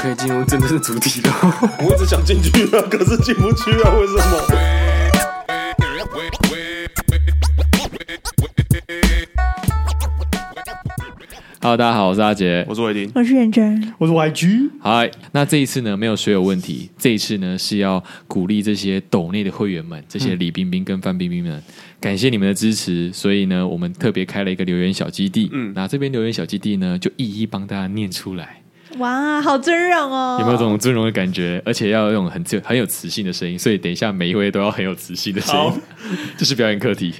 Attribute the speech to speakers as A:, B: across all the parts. A: 可以进入真正的主题了。
B: 我一直想进去啊，可是进不去啊，为什么？
C: Hello，大家好，我是阿杰。
B: 我是伟霆，
D: 我是认真，
E: 我是 YG，
C: 嗨，那这一次呢没有学友问题，这一次呢是要鼓励这些抖内的会员们，这些李冰冰跟范冰冰们，感谢你们的支持。所以呢，我们特别开了一个留言小基地，嗯，那这边留言小基地呢就一一帮大家念出来，
D: 哇，好尊荣哦！
C: 有没有这种尊荣的感觉？而且要有那种很自很有磁性的声音，所以等一下每一位都要很有磁性的声音， 这是表演课题。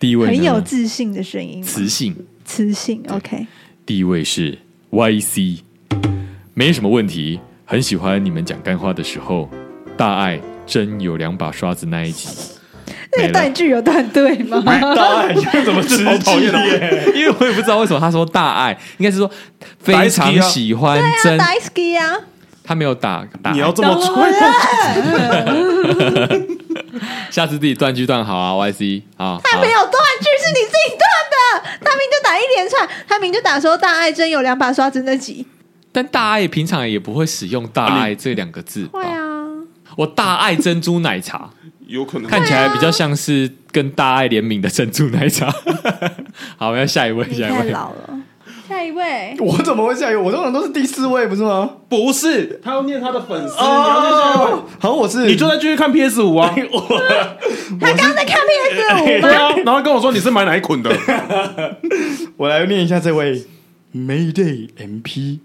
C: 第一位呢
D: 很有自信的声音吗？
C: 磁性，
D: 磁性，OK，
C: 第一位是 YC，没什么问题，很喜欢你们讲干话的时候，大爱真有两把刷子那 一集。
D: 那
C: 没
D: 个
C: 了
D: 断句有断对吗？
E: 大爱，你们怎么直
B: 好讨厌哦
E: 接？
C: 因为我也不知道为什么他说大爱，应该是说非常喜欢真，
D: d i c e y 啊，
C: 他没有打打
B: 你要
C: 爱，
B: 这么
D: 懂
B: 吹吗？
C: 下次自己断句断好啊，YC 啊，
D: 他
C: 好
D: 没有断句，是你自己断的。他明就打一连串，他明就打说大爱真有两把刷子那集，
C: 但大爱平常也不会使用大
B: 啊
C: 爱这两个字，
D: 会啊，
C: 我大爱珍珠奶茶。
B: 有可能
C: 看起来比较像是跟大爱联名的珍珠奶茶。 好，我们要下一位，
D: 你
C: 下
D: 太
C: 一位。
D: 老了。下一 位，
E: 我怎么会下雨？我通常都是第四位，不是吗？
B: 不是，他要念他的粉丝，
E: 哦，好，我是
B: 你就再继续看 PS 五 啊，
D: 他刚刚在看 PS 五
B: 对
D: 吗？
B: 啊，然后跟我说你是买哪一捆的，
E: 我来念一下这位 Mayday MP，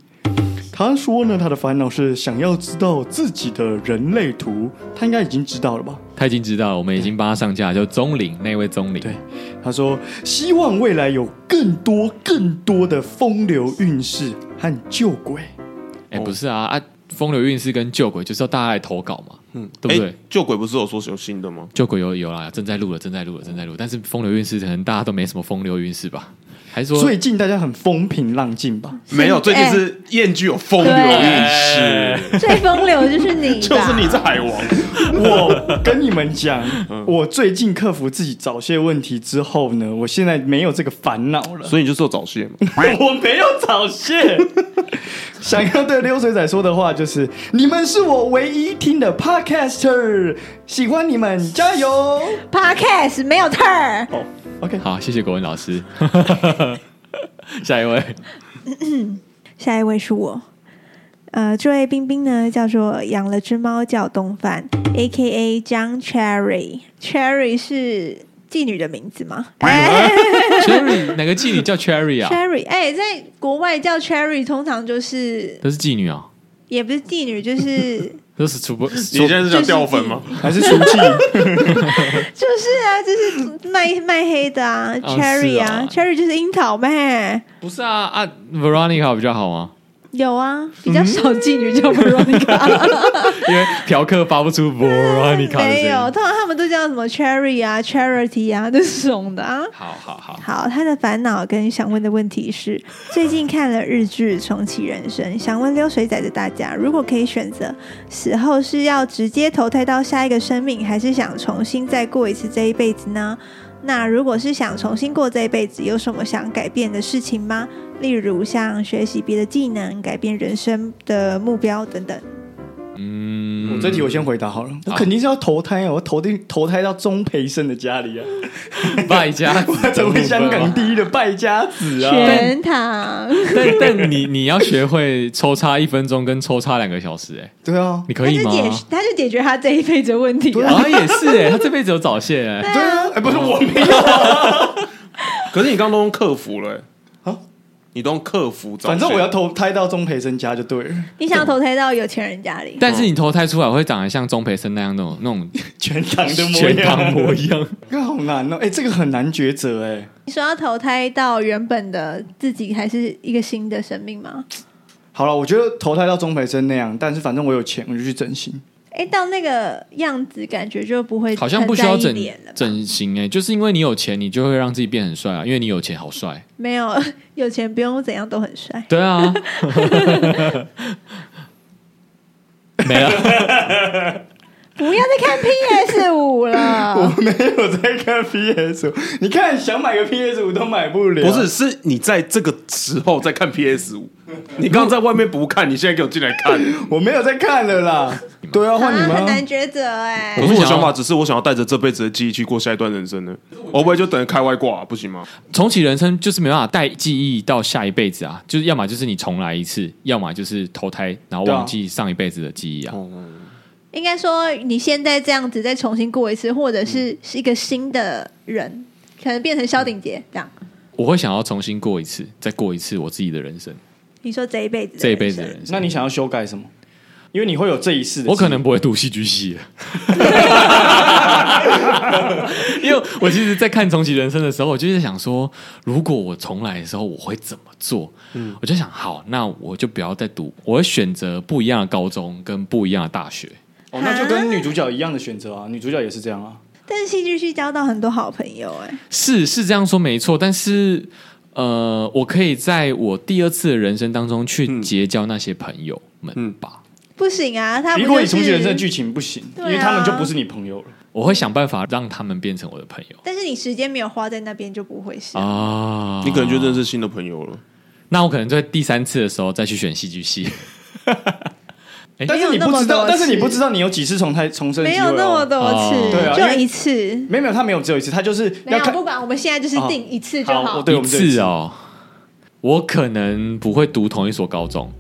E: 他说呢，他的烦恼是想要知道自己的人类图，他应该已经知道了吧？
C: 他已经知道了，我们已经帮他上架，就钟灵那位钟灵。
E: 对，他说希望未来有更多更多的风流韵事和旧鬼。
C: 哎，不是啊啊，风流韵事跟救鬼就是要大家来投稿嘛，嗯， 对不
B: 哎
C: 对？
B: 旧鬼不是有说有新的吗？
C: 救鬼有有啦，正在录了，正在录了，正在录。但是风流韵事可能大家都没什么风流韵事吧？还是说
E: 最近大家很风平浪静吧？
B: 没有，最近是艳剧有风流韵
C: 哎
B: 事，
D: 最风流就是你
B: 就
D: 吧，
B: 是你是海王，
E: 我跟你们讲，我最近克服自己早泄问题之后呢，我现在没有这个烦恼了。
B: 所以你就受早泄嘛。
E: 我没有早泄。 想要对流水仔说的话就是：你们是我唯一听的 podcaster，喜欢你们，加油！
D: Podcast 没有 turn。
E: 哦、o k
C: 好，谢谢国文老师。下一位，
D: 下一位是我。呃，这位冰冰呢，叫做养了只猫叫东范，A K A 张 Cherry。Cherry 是妓女的名字吗？哎
C: Cherry 哪个妓女叫 Cherry 啊？
D: ，Cherry，哎、在国外叫 Cherry，通常就是
C: 都是妓女啊，
D: 也不是妓女，就是
C: 都是主播。
B: 你现在是想掉粉吗？
E: 还是熟记。
D: 就是啊，就是卖卖黑的啊
C: 哦
D: ，Cherry
C: 是
D: 啊
C: 哦
D: ，Cherry 就是樱桃妹。
C: 不是啊啊，Veronica 比较好吗？
D: 有啊，比
C: 嗯
D: 较少妓女叫 Veronica，
C: 因为嫖客发不出 Veronica 的
D: 没有，
C: 声音。
D: 通常他们都叫什么 Cherry 啊、Charity 啊 这种的啊。
C: 好好好，
D: 好，他的烦恼跟想问的问题是： 最近看了日剧《重启人生》，想问溜水仔的大家，如果可以选择，死后是要直接投胎到下一个生命，还是想重新再过一次这一辈子呢？那如果是想重新过这一辈子，有什么想改变的事情吗？例如像学习别的技能、改变人生的目标等等。
C: 嗯
E: 我这题我先回答好了，我肯定是要投胎啊，我投定投胎到钟培生的家里啊，
C: 败家子
E: 成为香港第一的败家子啊。
D: 全糖，
C: 但但你你要学会抽插一分钟跟抽插两个小时、哎，
E: 对啊，
C: 你可
D: 他
C: 以
D: 就
C: 吗？
D: 解，他就解决他这一辈子的问题啊了。
C: 好像也是、哎，他这辈子有早泄、 哎，
E: 对啊，哎，不是我没有，
B: 可是你刚刚都用客服了、欸，
E: 啊
B: 你都用客服早泄，
E: 反正我要投胎到钟培生家就对了，
D: 你想投胎到有钱人家里？
C: 但是你投胎出来会长得像钟培生那样那种那种
E: 全糖的模
C: 全
E: 样，
C: 糖模样，
E: 这个好难 哦，哎，这个很难抉择哎。
D: 你说要投胎到原本的自己，还是一个新的生命吗？
E: 好了，我觉得投胎到钟培生那样，但是反正我有钱，我就去整形。
D: 哎，到那个样子，感觉就不会
C: 好像不需要
D: 很在
C: 整
D: 意脸了吧。
C: 整形、哎，就是因为你有钱，你就会让自己变很帅啊，因为你有钱好 帅。
D: 没有有钱，不用怎样都很帅。
C: 对啊，没了。
D: 不要再看 PS 五
E: 我
D: 了。
E: 没有在看 PS 五，你看想买个 PS 五都买不了。
B: 不是，是你在这个时候在看 PS 五，你刚刚在外面不看，你现在给我进来看。
E: 我没有在看了啦。对啊，
D: 啊，
E: 换你们
D: 很
E: 啊
D: 难。抉择哎、
B: 可是我的想法只是我想要带着这辈子的记忆去过下一段人生呢，我不会就等着开外挂、啊不行吗？
C: 重启人生就是没办法带记忆到下一辈子啊，就是要么就是你重来一次，要么就是投胎然后
E: 对啊
C: 忘记上一辈子的记忆啊。
B: 哦
D: 应该说你现在这样子再重新过一次，或者
C: 嗯
D: 是是一个新的人，可能变成萧鼎杰这样。
C: 我会想要重新过一次，再过一次我自己的人生，
D: 你说这一辈子的人生，
C: 这一辈子的人生。
E: 那你想要修改什么？因为你会有这一世的记忆，
C: 我可能不会读戏剧 系了，因为我其实，在看重启人生的时候，我就是想说，如果我重来的时候，我会怎么做？嗯，我就想，好，那我就不要再读，我会选择不一样的高中跟不一样的大学。
E: 哦，那就
D: 啊
E: 跟女主角一样的选择啊，女主角也是这样啊。
D: 但是戏剧系交到很多好朋友哎、
C: 是是这样说没错，但是呃，我可以在我第二次的人生当中去结交那些朋友们吧。
D: 不行啊，他不
E: 如
D: 就
E: 果
D: 是
E: 你重启人生的剧情不行，
D: 对
E: 因
D: 啊
E: 为他们就不是你朋友了。
C: 我会想办法让他们变成我的朋友
D: 但是你时间没有花在那边就不会是、
C: 啊。
B: 你可能就认识新的朋友了。
C: 那我可能在第三次的时候再去选戏剧系。
E: 但是你不知道，但是你不知道你有几次重胎重生的
D: 没
E: 机会、哦。
D: 有那么多
C: 哦
D: 次，
E: 对啊因为
D: 就一次。
E: 没有没有，他没有只有一次，他就是
D: 没
E: 要
D: 有，
E: 看哦
D: 不管我们现在就是定一次就
E: 好
D: 好。
E: 我对
C: 一
E: 们这一
C: 次
E: 次
C: 哦，我可能不会读同一所高中，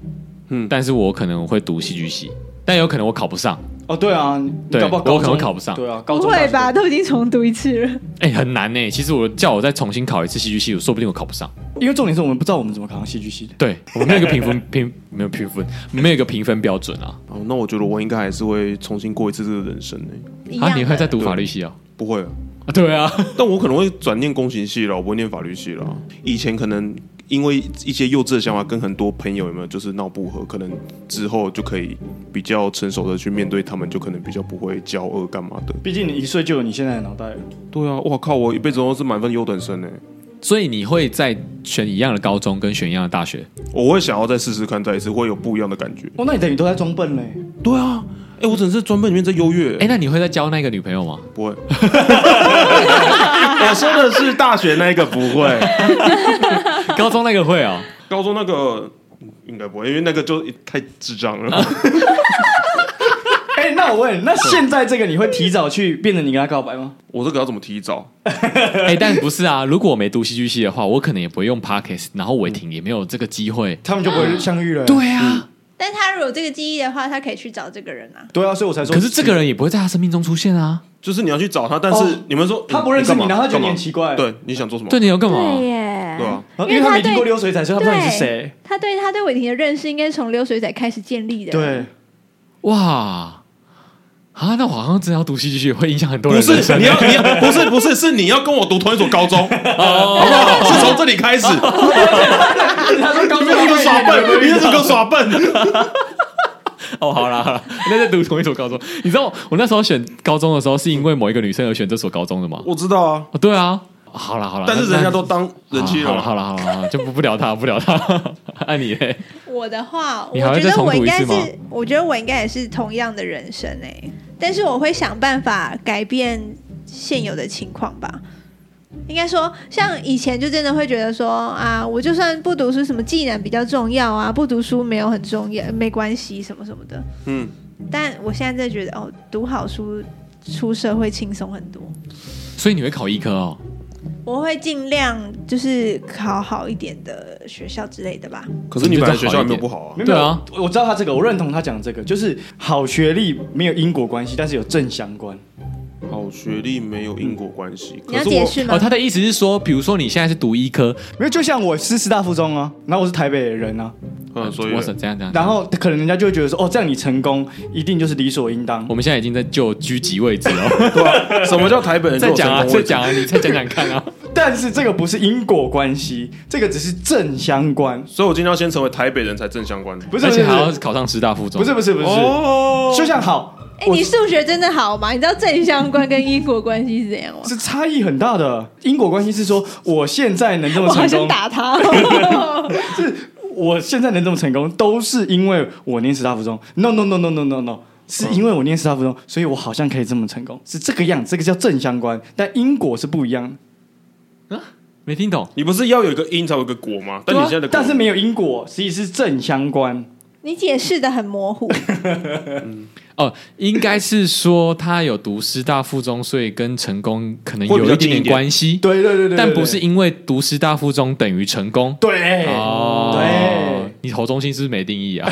C: 嗯，但是我可能会读戏剧系，但有可能我考不上，
E: 哦，对啊，你
C: 对
E: 搞不好高中
C: 我可能考不上
E: 对啊，高
D: 不
E: 中
D: 会
E: 大
D: 吧？
E: 学？
D: 都已经重读一次了，
C: 哎、很难呢、其实我叫我再重新考一次戏剧系，我说不定我考不上。
E: 因为重点是我们不知道我们怎么考上戏剧系的。
C: 对，我们没有一个评分评没有评分，没有一个评分标准啊。
B: 哦，那我觉得我应该还是会重新过一次这个人生呢、
D: 一样
C: 啊，
D: 的。
C: 你会再读法律系哦？
B: 不会啊，
C: 啊，对啊，
B: 但我可能会转念工行系了，我不会念法律系了。以前可能因为一些幼稚的想法，跟很多朋友有没有就是闹不和，可能之后就可以比较成熟的去面对他们，就可能比较不会骄傲干嘛的。
E: 毕竟你一岁就有你现在的脑袋了，
B: 对啊，我靠，我一辈子都是满分优等生呢、
C: 所以你会再选一样的高中跟选一样的大学，
B: 我会想要再试试看，再一次会有不一样的感觉。
E: 哦，那你等于都在装笨嘞。
B: 对啊，哎、我只是专门里面在优越、
C: 哎、那你会再交那个女朋友吗？
B: 不会。 我说的是大学那一个不会，
C: 高中那个会哦。
B: 高中那个嗯应该不会，因为那个就太智障 了。
E: 哎、那我问，那现在这个你会提早去变成你跟他告白吗？
B: 我这个要怎么提早？
C: 哎、但不是啊，如果我没读戏剧系的话，我可能也不会用 Parkes，然后伟霆也没有这个机会。
E: 他们就不会相遇了。
C: 对啊，
D: 但他如果有这个记忆的话，他可以去找这个人啊。
E: 对啊，所以我才说。
C: 可是这个人也不会在他生命中出现啊。
B: 就是你要去找他，但是
E: 哦
B: 你们说
E: 他不认识
B: 干嘛
E: 你然后他觉得你
B: 干嘛
E: 很奇怪
B: 对，你想做什么？
C: 对，你要
E: 哦
C: 干嘛？
D: 耶
B: 对啊，
E: 啊，因为他没听过流水仔，所以他不知道你是谁。
D: 他对他对伟霆的认识应该是从流水仔开始建立的。，
E: 对，
C: 哇啊，那我好像真的要读戏剧系，会影响很多
B: 不
C: 人
B: 是
C: 的人生。
B: 你要你要不是不是是你要跟我读同一所 高中，好不
E: 哦
B: 好？是从这里开始，你
E: 他说高中
B: 们耍笨，你一直给我耍笨。
E: 哦
C: 哦，好啦，好啦，那在读同一所高中。你知道我那时候选高中的时候，是因为某一个女生而选这所高中的吗？
B: 我知道啊，
C: 哦，对啊，好啦好啦，
B: 但是人家都当人妻
C: 好啦
B: 了，
C: 好啦好啦好啦，就不不聊他，不聊他。 爱你嘞，
D: 我的话，我
C: 你还会
D: 觉
C: 再
D: 得
C: 重
D: 我
C: 读
D: 应
C: 一
D: 该
C: 次
D: 是
C: 吗，
D: 我觉得我应该也是同样的人生哎、但是我会想办法改变现有的情况吧。应该说，像以前就真的会觉得说啊，我就算不读书，什么技能比较重要啊，不读书没有很重要，没关系，什么什么的。
B: 嗯，
D: 但我现在真的觉得，哦，读好书出社会轻松很多。
C: 所以你会考医科哦？
D: 我会尽量就是考好一点的学校之类的吧。
B: 可是你本来学校也没有不好啊，
E: 没有
C: 对啊，
E: 我我知道他这个，我认同他讲这个，就是好学历没有因果关系，但是有正相关。
B: 好哦学历没有因果关系。
D: 嗯你要
B: 可是
D: 解
B: 我
D: 释吗？
C: 哦，他的意思是说，比如说你现在是读医科，
E: 没有，就像我是师大附中啊，然后我是台北人啊，
B: 嗯，所以
C: 我怎怎样怎样？
E: 然后可能人家就会觉得说，哦，这样你成功一定就是理所应当
C: 我。们现在已经在就居籍位置了，
B: 对啊什么叫台北人
C: 再
B: 就有成
C: 讲啊，
B: 功
C: 再
B: 位置？
C: 讲啊，你再讲讲看 啊。
E: 但是这个不是因果关系，这个只是正相关，
B: 所以我今天要先成为台北人才正相关。
E: 不是
C: 而
E: 不
C: 且
E: 是
C: 还要考上师大附中，
E: 不是不是不是，
B: 哦
E: 就像好，
D: 哎、
E: 我
D: 你数学真的好吗？你知道正相关跟因果关系是 怎样吗？
E: 是差异很大的因果关系是说，我现在能这
D: 我
E: 么
D: 好
E: 成
D: 想
E: 功，
D: 打他、哦
E: 我现在能这么成功，都是因为我念师大附中。No no no no no no no，是因为我念斯拉夫中，所以我好像可以这么成功，是这个样，这个叫正相关，但因果是不一样的。
C: 没听懂。
B: 你不是要有一个因才有一个果吗？但你现在
E: 对
B: 的
E: 啊
B: 果
E: 但是没有因果，所以是正相关。
D: 你解释的很 模糊，
C: 哦，应该是说他有读师大附中，所以跟成功可能
B: 会比
C: 有
B: 较
C: 一点
B: 近一
C: 点
B: 点
C: 关系，
E: 对对对对，
C: 但
E: 对
C: 不是因为读师大附中等于成功。
E: 对
C: 哦
E: 对，
C: 你侯忠信是不是没定义啊？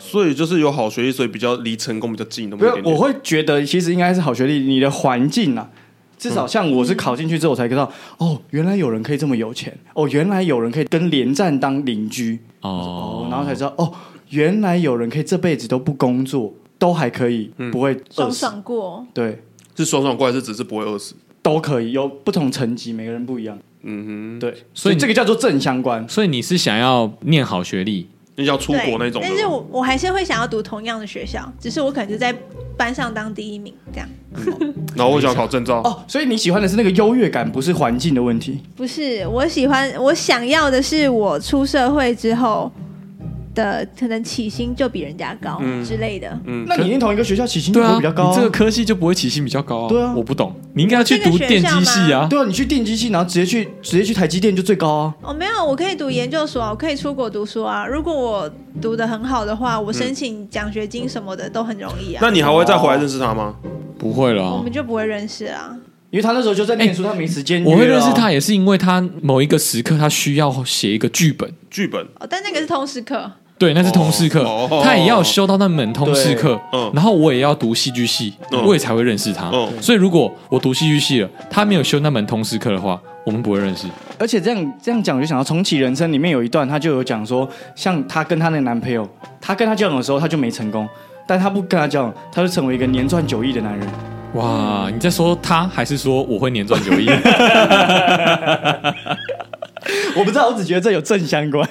B: 所以就是有好学历，所以比较离成功比较近那
E: 不
B: 么一
E: 是
B: 点，点。
E: 我会觉得其实应该是好学历，你的环境啊，至少像我是考进去之后我才知道，
C: 嗯
E: 哦，原来有人可以这么有钱，哦，原来有人可以跟连战当邻居，哦
C: 哦，，
E: 然后才知道，哦，原来有人可以这辈子都不工作，都还可以，
C: 嗯
E: 不会饿
D: 爽
E: 死，
D: 爽过。
E: 对，
B: 是爽爽过还是只是不会饿死？
E: 都可以，有不同层级，每个人不一样，嗯哼，对，
C: 所
E: 所
C: 以
E: 以
C: 你
E: 这个叫做正相关，
C: 所以你是想要念好学历，
B: 你想出
D: 对，
B: 国那种的吗，
D: 但是我我还是会想要读同样的学校，只是我可能就在班上当第一名这样。
B: 然后我想考证照，
E: 哦，所以你喜欢的是那个优越感，不是环境的问题，
C: 嗯
D: 不是，我喜欢我想要的是我出社会之后的可能起薪就比人家高
B: 嗯
D: 之类的。
E: 那你念同一个学校起薪
C: 对
E: 就会
C: 啊，
E: 比较高、
C: 你这个科系就不会起薪比较高啊。
E: 对啊
C: 我不懂，你应该要去读电机系啊。
E: 对啊，你去电机系，然后直接去直接去台积电就最高啊。
D: 哦，没有，我可以读研究所啊，我可以出国读书啊。如果我读的很好的话，我
B: 嗯
D: 申请奖学金什么的都很容易啊。
B: 那你还会再回
E: 哦
B: 来认识他吗？
C: 不会
D: 我
C: 了
D: 们，就不会认识啊。
E: 因为他那时候就在念书，他没时间、啊
C: 我会认识他，也是因为他某一个时刻他需要写一个剧本，
B: 剧本
D: 哦，但那个是通识课，
C: 对，那是通识课
B: 哦哦，
C: 他也要修到那门通识课
B: 对嗯，
C: 然后我也要读戏剧系，
B: 嗯
C: 我也才会认识他
B: 嗯。
C: 所以如果我读戏剧系了，他没有修那门通识课的话，我们不会认识。
E: 而且这样这样讲，我就想到重启人生里面有一段，他就有讲说，像她跟她那个男朋友，她跟他交往的时候，他就没成功，但他不跟他交往，他就成为一个年赚九亿的男人。
C: 哇，你在说他，还是说我会年赚九亿？
E: 我不知道，我只觉得这有正相关。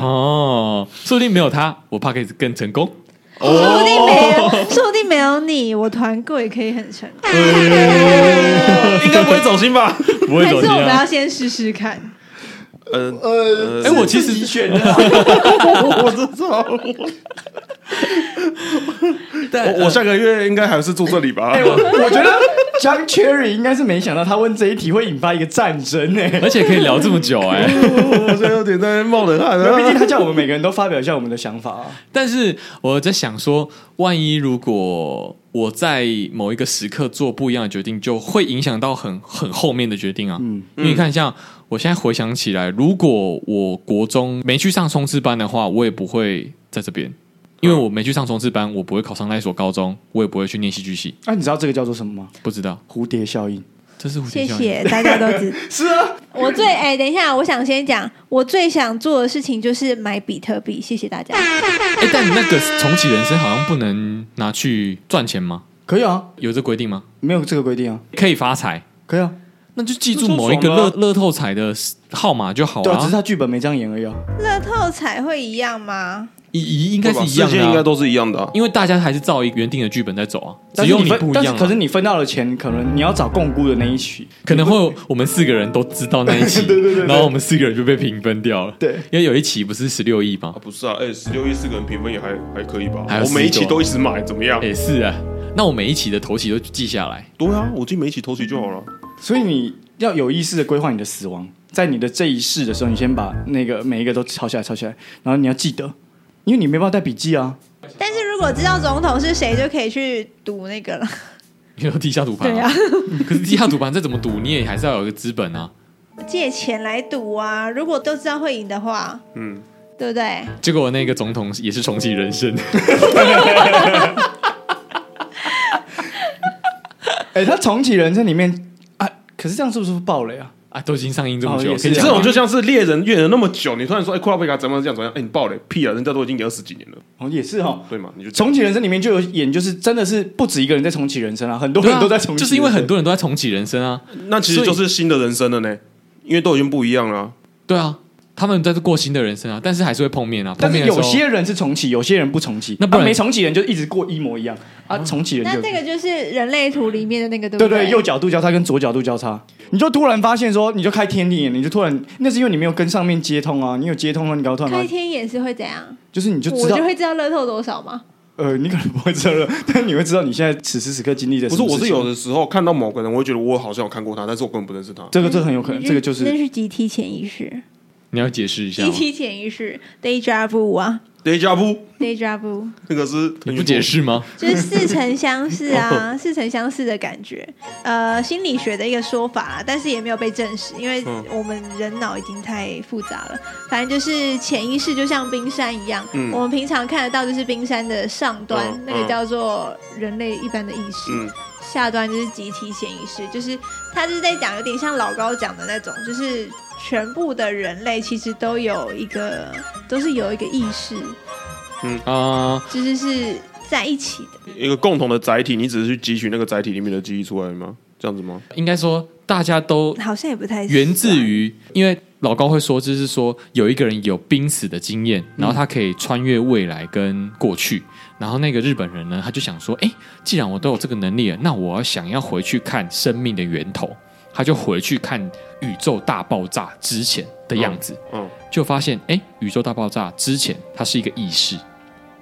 C: 哦，说不定没有他，我怕可以更成功。
D: 说不定没有，说不定没有你，我团购也可以很成功。
B: 应该不会走心 吧？
C: 不会
D: 还
C: 走
D: 是
C: 心
D: 我们
C: 啊
D: 要！先试试看。
B: 嗯，
E: 呃
C: 哎我其实
E: 自己选的，
B: 我知道。我我下个月应该还是住这里吧？
E: 我觉得 John Cherry 应该是没想到他问这一题会引发一个战争呢、欸
C: 而且可以聊这么久哎、
B: 我现在有点在冒冷汗啊
E: 毕竟他叫我们每个人都发表一下我们的想法啊。
C: 但是我在想说，万一如果我在某一个时刻做不一样的决定，就会影响到很很后面的决定啊。嗯，因为你看，像我现在回想起来，如果我国中没去上冲刺班的话，我也不会在这边，因为我没去上冲刺班，我不会考上那一所高中，我也不会去念戏剧系。
E: 啊那、你知道这个叫做什么吗？
C: 不知道，
E: 蝴蝶效应。
C: 这是蝴蝶
D: 谢
C: 效应
D: 谢，大家都知。
E: 是啊，
D: 我最哎、等一下，我想先讲，我最想做的事情就是买比特币。谢谢大家。
C: 哎、但那个重启人生好像不能拿去赚钱吗？
E: 可以啊，
C: 有这规定吗？
E: 没有这个规定啊，
C: 可以发财，
E: 可以啊。
C: 那就记住某一个乐乐透彩的号码就好
E: 对啊，只是
C: 了。
E: 他剧本没这样演而已啊。
D: 乐透彩会一样吗？
C: 一应该
B: 对
C: 是
B: 吧
C: 一样
B: 世界
C: 的、
B: 应该
C: 啊，
B: 都是一样的啊。
C: 因为大家还是照一个原定的剧本在走啊，
E: 但
C: 只
E: 是
C: 有
E: 你分
C: 不一
E: 但
C: 样
E: 是
C: 啊、
E: 可是你分到的钱，可能你要找共估的那一期。
C: 可能会有我们四个人都知道那 一期，然后我们四个人就被平分掉了。
E: 对，
C: 因为有一期不是十六亿吗
B: 啊？不是啊，哎，十六亿四个人评分也还还可以吧
C: 还有？
B: 我每一哎
C: 十一
B: 期
C: 个
B: 都一直买，怎么样
C: 也、？是啊，那我每一期的头期都记下来。
B: 对啊，我记每一期投起就好了。
E: 所以你要有意识的规划你的死亡，在你的这一世的时候，你先把那个每一个都抄下来，抄下来，然后你要记得，因为你没办法带笔记啊。
D: 但是如果知道总统是谁，就可以去赌那个了。
C: 你有地下赌盘、
D: 对啊，
C: 可是地下赌盘再怎么赌，你也还是要有一个资本啊。
D: 借钱来赌啊！如果都知道会赢的话，
B: 嗯，
D: 对不对？
C: 结果那个总统也是重启人生，
E: 哎，他重启人生里面啊，可是这样是不是暴雷啊？
C: 啊，都已经上映这么
E: 哦
C: 久，
E: 也
C: 可
E: 是
C: 以
B: 这
C: 讲
B: 种
C: 吗
B: 就像是猎人猎人那么久，你突然说哎，库拉贝卡怎么样怎么样？哎，你爆了屁啊！人家都已经演二十几年了，
E: 哦，也是哦。
B: 对吗？你就
E: 重启人生里面就有演，就是真的是不止一个人在重启人生啊，很多
C: 对啊
E: 人都在重启人生、
C: 就是因为很多人都在重启人生啊。
B: 那其实就是新的人生了呢，因为都已经不一样了啊。
C: 对啊，他们在过新的人生啊，但是还是会碰面啊。碰
E: 但是
C: 面的时
E: 有
C: 候
E: 些人是重启，有些人不重启。
C: 那不然哦
E: 啊没重启人就一直过一模一样啊，重启人
D: 那
E: 就
D: 这个就是人类图里面的那个，对不
E: 对
D: 对
E: 对，右角度交叉跟左角度交叉，你就突然发现说，你就开天地眼，你就突然那是因为你没有跟上面接通啊，你有接通了，你搞突然发
D: 开
E: 现
D: 天眼是会怎样？
E: 就是你就知
D: 我
E: 道
D: 就，会知道乐透多少吗？
E: 呃，你可能不会知道了， 但你会知道你现在此时此刻经历的
B: 不
E: 什
B: 是，
E: 么
B: 我
E: 事情。
B: 是有的时候看到某个人，我会觉得我好像有看过他，但是我根本不认识他。
E: 这个，这个很有可能，这个就是
D: 那是集体潜意识，
C: 你要解释一下
D: 集
C: 吗，
D: 体潜意识 deja vu 啊
B: Deja vu，
D: ，deja vu
B: 那个是
C: 你不解释吗？
D: 就是似曾相识
B: 哦
D: 啊，似曾相识的感觉。呃，心理学的一个说法啦，但是也没有被证实，因为
B: 嗯
D: 我们人脑已经太复杂了。反正就是潜意识就像冰山一样，
B: 嗯
D: 我们平常看得到就是冰山的上端，
B: 嗯
D: 那个叫做人类一般的意识。
B: 嗯
D: 下端就是集体潜意识，就是他就是在讲有点像老高讲的那种，就是全部的人类其实都有一个，都是有一个意识，
C: 啊，
D: 就是是在一起的。
B: 一个共同的载体，你只是去汲取那个载体里面的记忆出来吗？这样子吗？
C: 应该说大家都
D: 好像也不太是
C: 源自于，因为老高会说，就是说有一个人有濒死的经验，然后他可以穿越未来跟过去。然后那个日本人呢，他就想说，哎，既然我都有这个能力了，那我要想要回去看生命的源头，他就回去看宇宙大爆炸之前的样子，
B: 嗯，
C: 就发现，哎，宇宙大爆炸之前它是一个意识，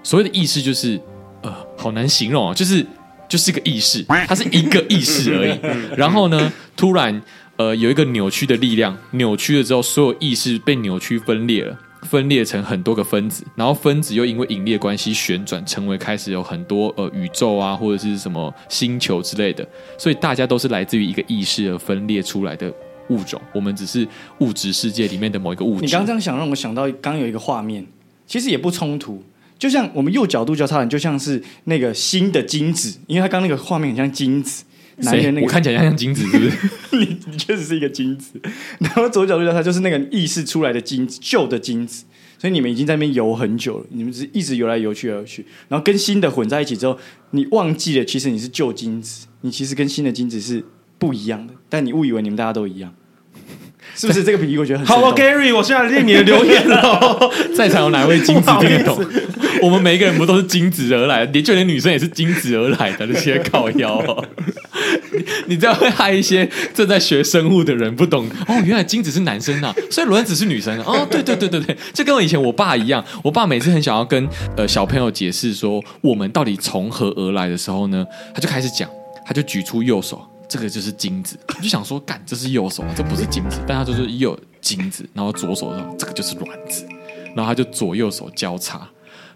C: 所谓的意识就是，呃，好难形容哦，就是就是个意识，它是一个意识而已。然后呢，突然呃有一个扭曲的力量，扭曲了之后，所有意识被扭曲分裂了。分裂成很多个分子，然后分子又因为引力的关系旋转，成为开始有很多呃宇宙啊或者是什么星球之类的，所以大家都是来自于一个意识而分裂出来的物种，我们只是物质世界里面的某一个物质。
E: 你刚刚这样想，让我想到刚有一个画面，其实也不冲突。就像我们右角度交叉，你就像是那个新的精子，因为他刚那个画面很像精子，男
C: 谁
E: 人那
C: 我
E: 个
C: 看起来像金子，是不是？
E: 你你确实是一个精子。然后左角度交叉就是那个意识出来的精子，旧的精子。所以你们已经在那边游很久了，你们只是一直游来游去游来游去，然后跟新的混在一起之后，你忘记了其实你是旧精子，你其实跟新的精子是不一样的，但你误以为你们大家都一样，是不是？这个比喻我觉得很生
B: 好
E: 动
B: 哦，Gary，我现在念你的留言了。
C: 在场有哪位金子听得懂？我们每一个人不都是金子而来，连就连女生也是金子而来的那些靠腰、哦。 你这样会害一些正在学生物的人不懂哦，原来金子是男生啊，所以卵子是女生啊哦，对对对对对，就跟我以前我爸一样，我爸每次很想要跟呃小朋友解释说我们到底从何而来的时候呢，他就开始讲，他就举出右手，这个就是金子，我就想说干这是右手啊，这不是金子，但他就是右金子，然后左手说这个就是卵子，然后他就左右手交叉。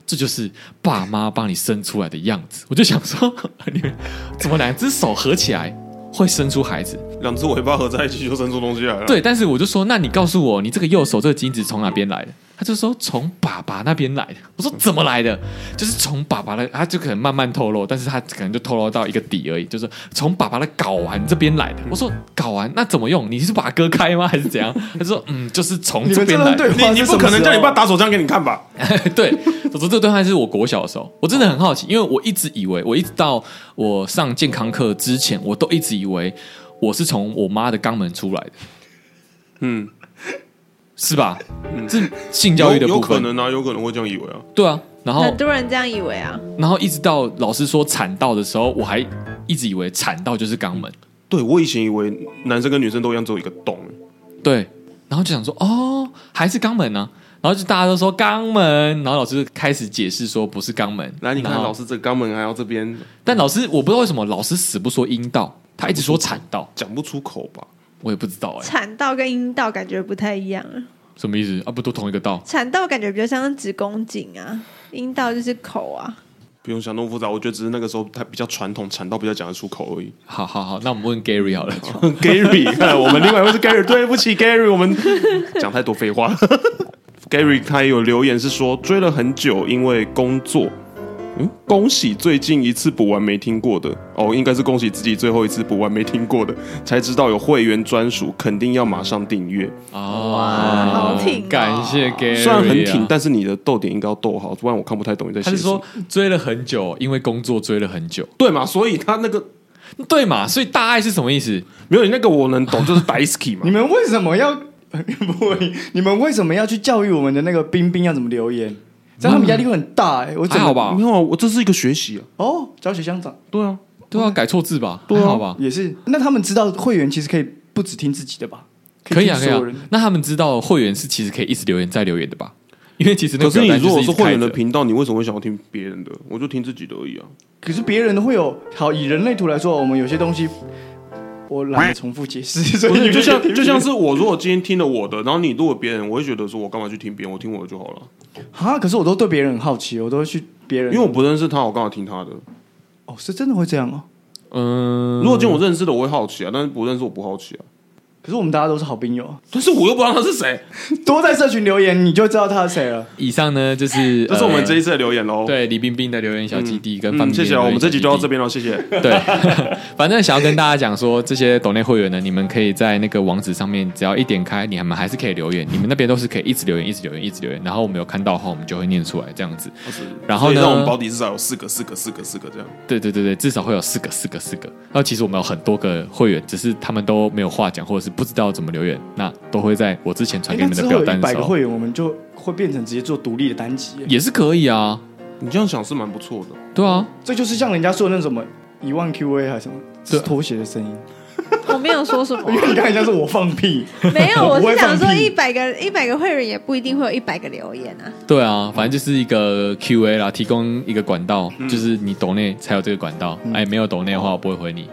C: 这就是爸妈帮你生出来的样子，我就想说， 你们怎么两只手合起来会生出孩子？
B: 两只尾巴合在一起就生出东西来了。，
C: 对，但是我就说，那你告诉我，你这个右手这个精子从哪边来的？他就说从爸爸那边来的。我说怎么来的？就是从爸爸的，他就可能慢慢透露，但是他可能就透露到一个底而已，就是从爸爸的睾丸这边来的。我说睾丸那怎么用？你是把它割开吗？还是怎样？他说嗯，就是从
E: 你
C: 这
E: 们
C: 边
E: 这
C: 来
E: 段
C: 的
E: 对。话
B: 你你
E: 是什
B: 不
E: 么
B: 可能
E: 时
B: 叫你
E: 候
B: 爸打手枪给你看吧？
C: 对，我说这对话是我国小的时候，我真的很好奇，因为我一直以为，我一直到我上健康课之前，我都一直以为我是从我妈的肛门出来的，
B: 嗯，
C: 是吧？这性教育的
B: 有有
C: 部
B: 可
C: 分，
B: 能啊，有可能会这样以为啊。
C: 对啊。然后
D: 很，多人这样以为啊，
C: 然后一直到老师说产道的时候，我还一直以为产道就是肛门，
B: 对我以前以为男生跟女生都一样，只有一个洞。欸
C: 对。然后就想说，哦，还是肛门呢、然后就大家都说肛门，然后老师就开始解释说不是肛门。
B: 来，你看
C: 然后
B: 老师这个肛门还要这边
C: 但老师我不知道为什么老师死不说阴道，他一直说产道，
B: 讲不出口吧？
C: 我也不知道哎、
D: 产道跟阴道感觉不太一样啊，
C: 什么意思啊？不都同一个道？
D: 产道感觉比较像是子宫颈啊，阴道就是口啊。
B: 不用想那么复杂，我觉得只是那个时候他比较传统，产道比较讲得出口而已。
C: 好好好，那我们问 Gary 好了。
B: Gary，看我们另外一位是 Gary，对 不起 Gary，我 们讲太多废话 了。Gary 他也有留言是说追了很久，因为工作。嗯，恭喜最近一次补完没听过的哦，应该是恭喜自己最后一次补完没听过的，才知道有会员专属，肯定要马上订阅。
C: 哇
D: 好挺哦
C: 啊感谢 Gary，
B: 虽然很挺，
C: 啊
B: 但是你的逗点应该要逗好，不然我看不太懂你在写
C: 他
B: 什么。
C: 是说追了很久，因为工作追了很久，
B: 对嘛？所以他那个
C: 对嘛？所以大爱是什么意思？
B: 没有你那个我能懂，就是 Daisy
E: 你
B: 嘛。
E: 们为什么要呃不会？你们为什么要去教育我们的那个冰冰要怎么留言？这样他们压力会很大哎、我怎
C: 还
E: 么
C: 好吧
B: 没？有啊，我这是一个学习啊。
E: 哦，教学相长
B: 对啊，
C: 对啊，改错字吧？
B: 对啊
C: 还好吧？
E: 也是。那他们知道会员其实可以不只听自己的吧？
C: 可以
E: 听
C: 啊，可以
E: 所
C: 啊
E: 有人。
C: 那他们知道会员是其实可以一直留言再留言的吧？因为其实
B: 可
C: 那个
B: 是
C: 表
B: 你
C: 单
B: 如
C: 就
B: 果
C: 是
B: 是
C: 一直
B: 会
C: 开
B: 员的
C: 着，
B: 频道，你为什么会想要听别人的？我就听自己的而已啊。
E: 可是别人的会有好，以人类图来说，我们有些东西我懒得重复解释，所
B: 不
E: 以你
B: 是，就像
E: 们
B: 就像是我如果今天听了我的，然后你如果别人，我会觉得说我干嘛去听别人，我听我的就好了，
E: 啊，可是我都对别人很好奇，我都会去别人，
B: 因为我不认识他，我干嘛听他的？
E: 哦是真的会这样哦。
C: 嗯，
B: 如果今天我认识的，我会好奇啊，但是不认识我不好奇啊。
E: 可是我们大家都是好朋友啊，
B: 但是我又不知道他是 谁，
E: 多在社群留言你就知道他是谁了。
C: 以上呢就是
B: 这是我们
C: 呃
B: 这一次的留言喽。
C: 对李冰冰的留言小基地跟
B: 嗯，
C: 范冰冰
B: 谢
C: 的
B: 谢
C: 留
B: 啊，
C: 言
B: 我们这集就到
C: 小基地
B: 这边了， 谢谢。
C: 对，反正想要跟大家讲说，这些抖内会员呢，你们可以在那个网址上面，只要一点开，你们还是可以留言，你们那边都是可以一直留言，一直留言，一直留言。然后我们有看到的话，我们就会念出来这样子。然后
B: 所以
C: 呢
B: 让我们保底至少有四个、四个、四个、四个这样。
C: 对对对对，至少会有四个、四个、四个。然后其实我们有很多个会员，只是他们都没有话讲，或者是不知道怎么留言，那都会在我之前传给
E: 那
C: 你们
E: 之
C: 的
E: 后
C: 表
E: 有
C: 单
E: 哦一
C: 的
E: 百
C: 时
E: 个
C: 候，
E: 会员，我们就会变成直接做独立的单集耶。
C: 也是可以啊。
B: 你这样想是蛮不错的。
C: 对啊，
E: 这就是像人家说的那什么一万 QA 还是什么，这
C: 对啊
E: 是拖鞋的声音。
D: 我没有说什么
E: 因为你刚才像是我放屁，
D: 没有，
E: 我
D: 我
E: 不会
D: 是想
E: 放
D: 说
E: 屁
D: 一百个一百个会员也不一定会有一百个留言啊。
C: 对啊，反正就是一个 Q&A 啦，提供一个管道，就是你抖内才有这个管道。哎，没有抖内的话，我不会回你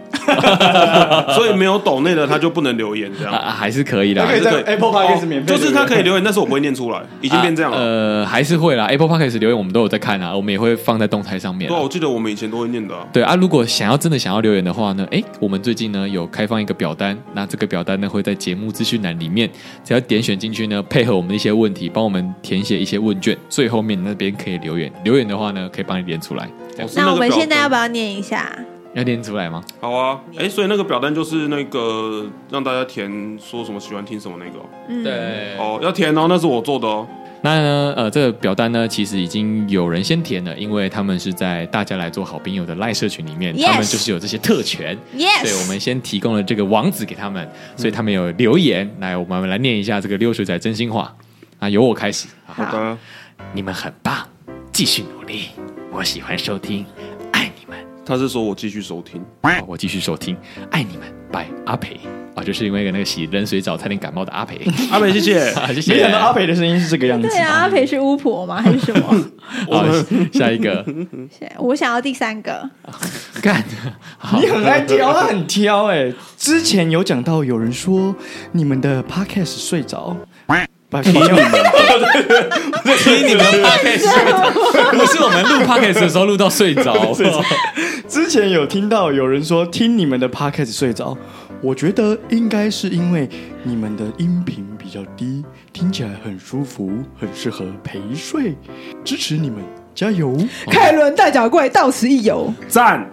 B: 所以没有抖内的他就不能留言这
C: 啊
B: 样。
C: 啊，还是可以啦
E: 他。可以在
B: 对
E: Apple Podcast 免费
B: 哦就
E: 留言，
B: 是他可以留言，但是我不会念出来，已经变这样
C: 啊
B: 了。
C: 呃，还是会啦。Apple Podcast 留言我们都有在看啊，我们也会放在动态上面
B: 对
C: 啊、
B: 啊，我记得我们以前都会念的啊。
C: 对啊，如果想要真的想要留言的话呢，诶，我们最近呢有开放一个表单，那这个表单呢会在节目资讯栏里面，只要点选进去呢，配合我们的一些问题，帮我们填写一些问卷，最后面那边可以留言。留言的话呢，可以帮你连出来。
B: 哦是
D: 那
B: 个
D: 我们
B: 表
D: 现在
B: 单
D: 要不要念一下？
C: 要连出来吗？
B: 好啊，哎，所以那个表单就是那个让大家填说什么喜欢听什么那个哦
D: 嗯，，
C: 对
B: 哦，要填哦，那是我做的哦。
C: 那呢，呃，这个表单呢，其实已经有人先填了，因为他们是在大家来做好朋友的赖社群里面
D: Yes
C: 他们就是有这些特权。
D: Yes
C: 对，我们先提供了这个网址给他们，所以他们有留言。来，我们来念一下这个溜水仔真心话啊，由我开始。啊
B: 好的，
C: 你们很棒，继续努力。我喜欢收听，爱你们。
B: 他是说我继续收听。
C: 好我继续收听，爱你们。拜阿培啊，就是因为那个洗冷水澡差点感冒的阿培。
B: 阿美，谢谢。
C: 啊，谢
E: 没
C: 谢
E: 想。到阿培的声音是这个样子。
D: 对啊，阿培是巫婆吗？还是 什么？
C: 好，下一个，
D: 我想要第三个，
C: 干。好
E: 你很爱挑，他很挑哎、之前有讲到有人说你们的 Podcast 睡着，把听你们
C: 听你们 podcast，不是我们录 podcast 的时候录到睡着，
E: 之前有听到有人说听你们的 podcast 睡着，我觉得应该是因为你们的音频比较低，听起来很舒服，很适合陪睡。支持你们，加油！
D: 凯伦大脚怪到此一游。
B: 赞，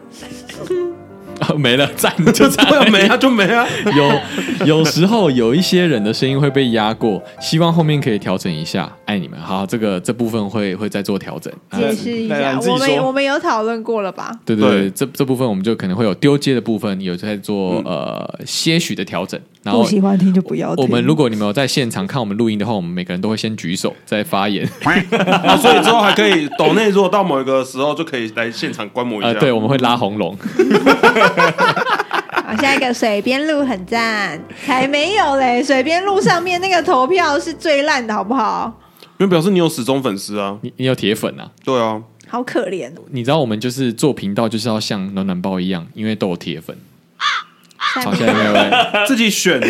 C: 啊 没了，赞就赞。
B: 对啊，没啊 就没 啊。
C: 有有时候有一些人的声音会被压过，希望后面可以调整一下。爱你们，好，这个这部分会会再做调整。啊
D: 解释一
E: 来来
D: 下，
E: 你自己
D: 我们
E: 说
D: 我们有讨论过了吧？
C: 对对对，
B: 对
C: 这这部分我们就可能会有丢接的部分，有在做呃些许的调整。然后
D: 欢听就不要
C: 我们如果你们有在现场看我们录音的话，我们每个人都会先举手再发言。
B: 啊，所以之后还可以抖内，如果到某一个时候就可以来现场观摩一
C: 呃，
D: 啊
B: 下。
C: 对，我们会拉红龙。
D: 好，下一个水边路很赞，才没有嘞！水边路上面那个投票是最烂的，好不好？
B: 因为表示你有死忠粉丝啊。
C: 你你有铁粉啊？
B: 对啊，
D: 好可怜哦，
C: 你知道我们就是做频道就是要像暖暖包一样，因为都有铁粉。好，下一 位，
B: 自己选的。